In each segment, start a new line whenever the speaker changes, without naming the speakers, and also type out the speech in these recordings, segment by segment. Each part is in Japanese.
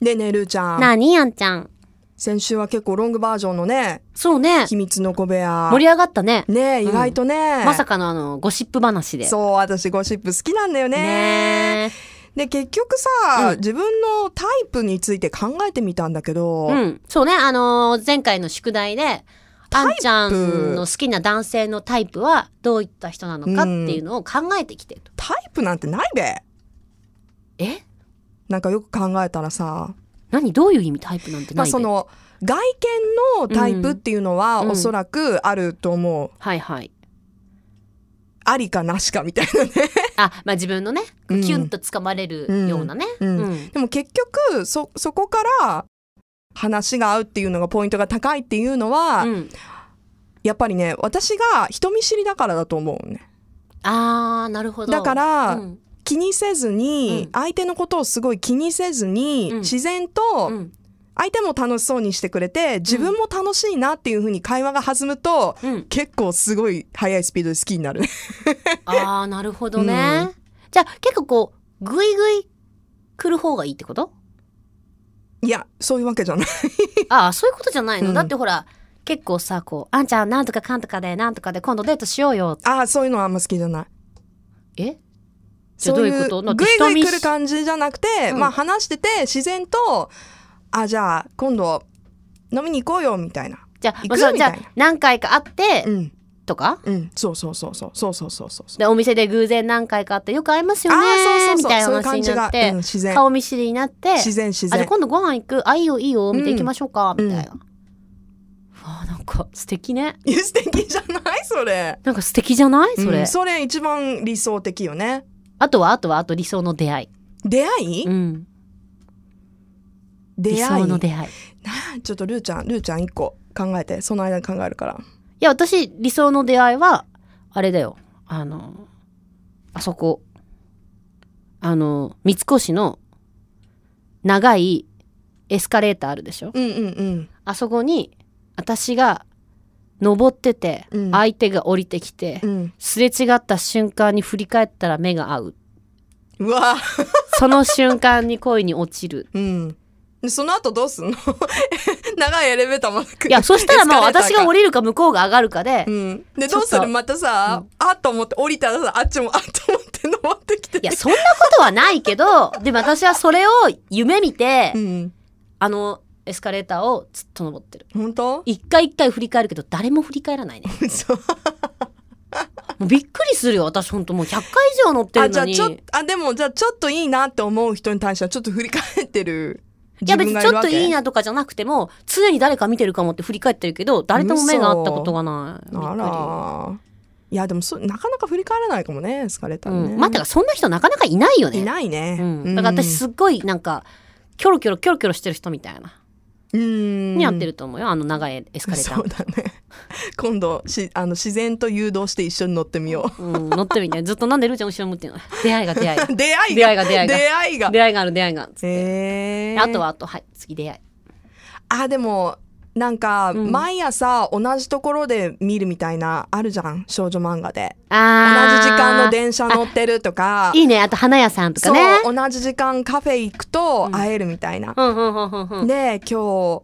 でねるーちゃん
なあ、にやんちゃん。
先週は結構ロングバージョンのね
そうね。
秘密の小部屋
盛り上がったね。
ねえ意外とね、
まさかのあの、ゴシップ話で。
そう私ゴシップ好きなんだよね
ね
で結局さ、
うん
自分のタイプについて考えてみたんだけど、
うん。そうね。あのー前回の宿題で、あんちゃんの好きな男性のタイプはどういった人なのかっていうのを考えてきてると。
タイプなんてないべ
え
なんかよく考えたらさ、
何どういう意味タイプなんて
ま
な
あ、
いべ
その外見のタイプっていうのは
うん
おそらくあると思う、
はいはい。
ありかなしかみたいなね
あ、まあ自分のね、キ
うん
ュンとつかまれるようなね。
うん
うん。
でも結局そそこから話が合うっていうのがポイントが高いっていうのは、
うん
やっぱりね私が人見知りだからだと思うね
あー、なるほど。
だから、
うん
気にせずに、
うん
相手のことをすごい気にせずに、
うん
自然と、
うん
相手も楽しそうにしてくれて自分も楽しいなっていう風に会話が弾むと、
うん
結構すごい速いスピードで好きにな るね
ああ、なるほどね。じゃあ結構こう、ぐいぐい来る方がいいってこと
いやそういうわけじゃない
ああ、そういうことじゃないの、
うん
だってほら、結構さ、こう、あんちゃんなんとかかんとかで、なんとかで今度デートしようよ。
ああそういうのはあんま好きじゃない
えじゃあ
そうい
どういう
う
こと
ぐ
だっ
い
て
ぐい来
人見知
る感じじゃなくて、
うん
まあ話してて自然とあじゃあ今度飲みに行こうよみたいな
じゃあ、
行
ま
く
あそう
み
じ
た
ゃ
いな
あ何回か会って、
うん
とか
うんそうそうそうそうそうそうそうそう
で、お店で偶然何回か会って、よく会いますよね
ああそう
み
そう
たいな
そういう
話
感
に
じ
な
が
っ、
う
て
ん、、自然
顔見知りになって、
自然自
あ、じゃあ
然
今度ご飯行くあ、いいよいいよ、見て行きましょうか、
うん
みたいな。わあ、なんか素敵ね。
いや素敵じゃないそれ
なんか素敵じゃないそれ、
うんそれ一番理想的よね
あとはあとはあと理想の出会い。
出会い、
うん。
出
理
会
想
い
の出会い。い
ちょっとルーちゃんルーちゃん一個考えてその間に考えるから
や私理想の出会いはあれだよ。あのあそこあの三越の長いエスカレーターあるでしょ。
うんうんうん
あそこに私が登ってて、
うん
相手が降りてきて、
うん
すれ違った瞬間に振り返ったら目が合う。
うわ
その瞬間に恋に落ちる。
うんでその後どうすんの 長いエレベーターまで来る
いや、そしたらもう
エスカレーター
私が降りるか向こうが上がるかで、
うん、で
ち
ど
ょっ
うす
と
るまたさ、あっと思って降りたらさあっちもあっと思って登ってきて
いや、そんなことはないけど、でも私はそれを夢見て、
うん
あのエスカレーターをずっと登ってる。
本当
一回一回振り返るけど、誰も振り返 らないね。
嘘
もうびっくりするよ、私ほんともう100回以上乗ってる
あじゃ
の
あ
に。
ちょ
い
あでもじゃあちょっといいなって思う人に対してはちょっと振り返ってる
や
自
別
分
に
がいる
ちょっ
わ
と
け
いいなとかじゃなくても、常に誰か見てるかもって振り返ってるけど、誰とも目が合ったことがない。びっく
あ
り
らいやでもそなかなか振り返らないかもねエスカレーターね、
うん、まあ、てかそんな人なかなかいないよね。
いないね、
うん。だから私すっごいなんか、キョロキョロキョロキョロしてる人みたいな。
うん
にやってると思うよ、あの長いエスカレーター
そう。だね 今度しあの自然と誘導して一緒に乗ってみよ
うん、乗ってみて。ずっとなんでるーちゃん後ろ向いてるの。出会いが出会いが
う。 出会い
出
が
会いが出会いが
出会いが
出会いがある出会いがある。
へえ
あとはあと、はい、次出会い。
あでもなんか
うん
毎朝同じところで見るみたいなあるじゃん少女漫画で同じ
あ
時間の電車乗ってるとか
いいね、あと花屋さんとか
そう
ね。
同じ時間カフェ行くと会えるみたいな、
うんうんうんうんうん。
で今日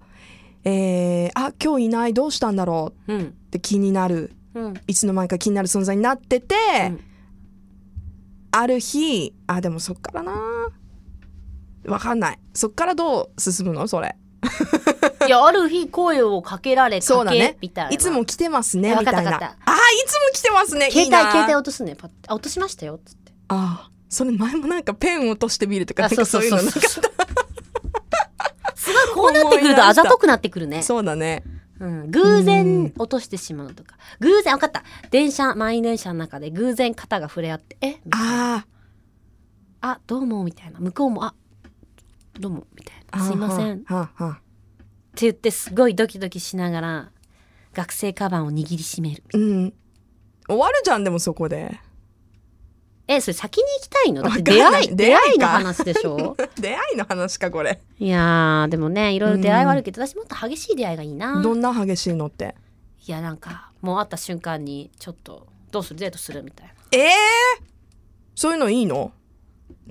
えー、あ今日いないどうしたんだろう
うん
って気になる
うん
いつの間にか気になる存在になってて、
ん
ある日あでもそっからなわかんないそっからどう進むのそれ
いや、ある日声をかけられ
そう
か
だ
け
ね
みたいな。
いつも来てますね
わ
み
かったた
いな
わかっ
あーいつも来てますねい
携帯
いな
携帯落とすね。パッてあ落としましたよ。つって。
あーそれ前もなんかペン落としてみるとかな
あ
んかそういうのなん か
そう。すごいこうなってくるとあざとくなってくるね。
そうだね
うん、偶
う
然
ん
落としてしまうとか偶然分かった電車満員電車の中で偶然肩が触れ合って「えみたいな
あー
あどうも」みたいな向こうも「あどうも」みたい
あ
な
ー
「すいません」って
はあはあ
言ってすごいドキドキしながら学生カバンを握りしめる
うん終わるじゃんでもそこで
えそれ先に行きたいのだって
わかんな
出会
い
い
出
出
会
会
い
い
か
の話でし ょ
出会いの話かこれ
いやーでもねいろいろ出会いはあるけど私もっと激しい出会いがいいな
どんな激しいのって
いやなんかもう会った瞬間にちょっと「どうするデートする」みたいな
ええー、そういうのいいの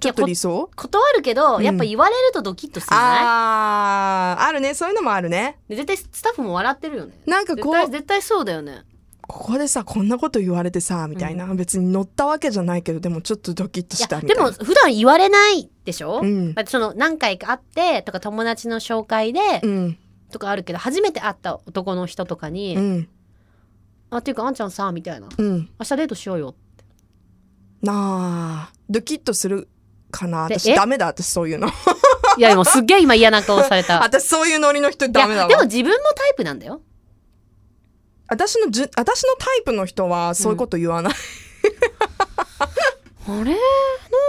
ちょっと理想
断るけど、
うん
やっぱ言われるとドキッとするじゃない
あーあるねそういうのもあるね
で絶対スタッフも笑ってるよね
なんか
絶
こ
対
う
絶対そうだよね
ここでさこんなこと言われてさみたいな、別に乗ったわけじゃないけどでもちょっとドキッと
い
した
や
み
で
たいな
も普段言われないでしょ、
うん
だってその何回か会ってとか友達の紹介で
うん
とかあるけど初めて会った男の人とかに「
うん
あっていうかあんちゃんさ」みたいな「
うん
明日デートしようよ
なあドキッとするかな
で
私
え
ダメだ私そういうの」
いやでもすっげえ今嫌な顔された
私そういうノリの人ダメ
い
だ
やでも
わ
自分もタイプなんだよ
私のじゅ私のタイプの人はそういうこと言わない、
あれな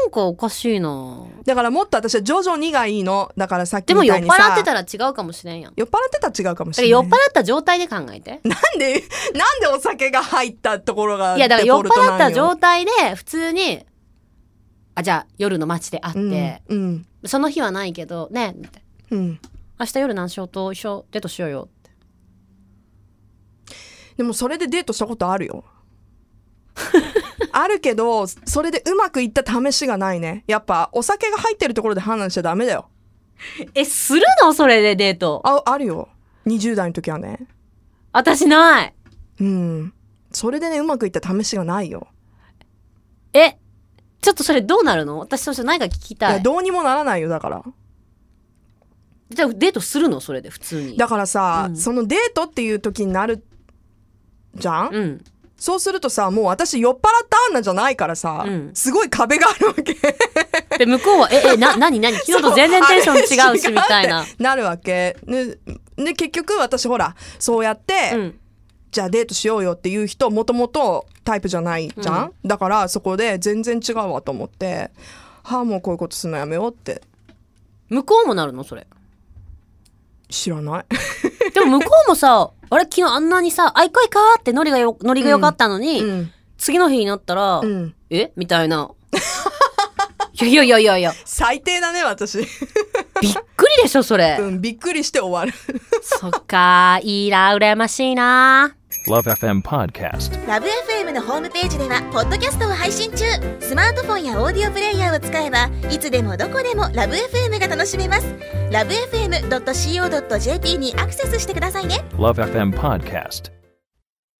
んかおかしいな
だからもっと私は徐々にがいいのだからさっき
でも
み
酔
た
っ
いにさ
払ってたら違うかもしれんやんだ
酔っ払ってたら違うかもし
から
れない
酔っ払った状態で考えて
なんでなんでお 酒が入ったところが
いやだから酔っ
デフォルト
払っ
な
た
んよ
状態で普通にあじゃあ夜の街で会って、
うんうん
その日はないけどねみたいな
うん
明日夜何しようと一緒デートしようよって
でもそれでデートしたことあるよ あるけどそれでうまくいった試しがないねやっぱお酒が入ってるところで判断しちゃダメだよ
えするのそれでデート
ああるよ20代の時はね
私ない
うんそれでねうまくいった試しがないよ
えちょっとそれどうなるの私そうじゃないから聞き
い
た
や
い
どうにもならないよだから
じゃあデートするのそれで普通に
だからさ、
うん
そのデートっていう時になるじゃん、
うん
そうするとさもう私酔っ払ったアンナじゃないからさ、
うん
すごい壁があるわ け
で向こうは「ええな 何何昨日と全然テンション違うし」みたいな。
なるわけでで結局私ほらそうやって、
うん、
じゃあデートしようよっていう人もともとタイプじゃないじゃん、だからそこで全然違うわと思ってはあもうこういうことするのやめようって
向こうもなるのそれ
知らない
でも向こうもさ 「あれ昨日あんなにさあいこいか」ってノリがよノリが良かったのに、
うん
次の日になったら 「
うん
えみたいな。いやいやいやいやいや、
最低だね 私、
びっくりでしょ、それ。
うん、びっくりして終わる
そっか、いいな、羨ましいな。
Love FM Podcast.
ラブ f m のホームページではポッドキャストを配信中スマートフォンやオーディオプレイヤーを使えばいつでもどこでもラブ f m が楽しめますラブ FM.co.jp にアクセスしてくださいね
Love FM Podcast.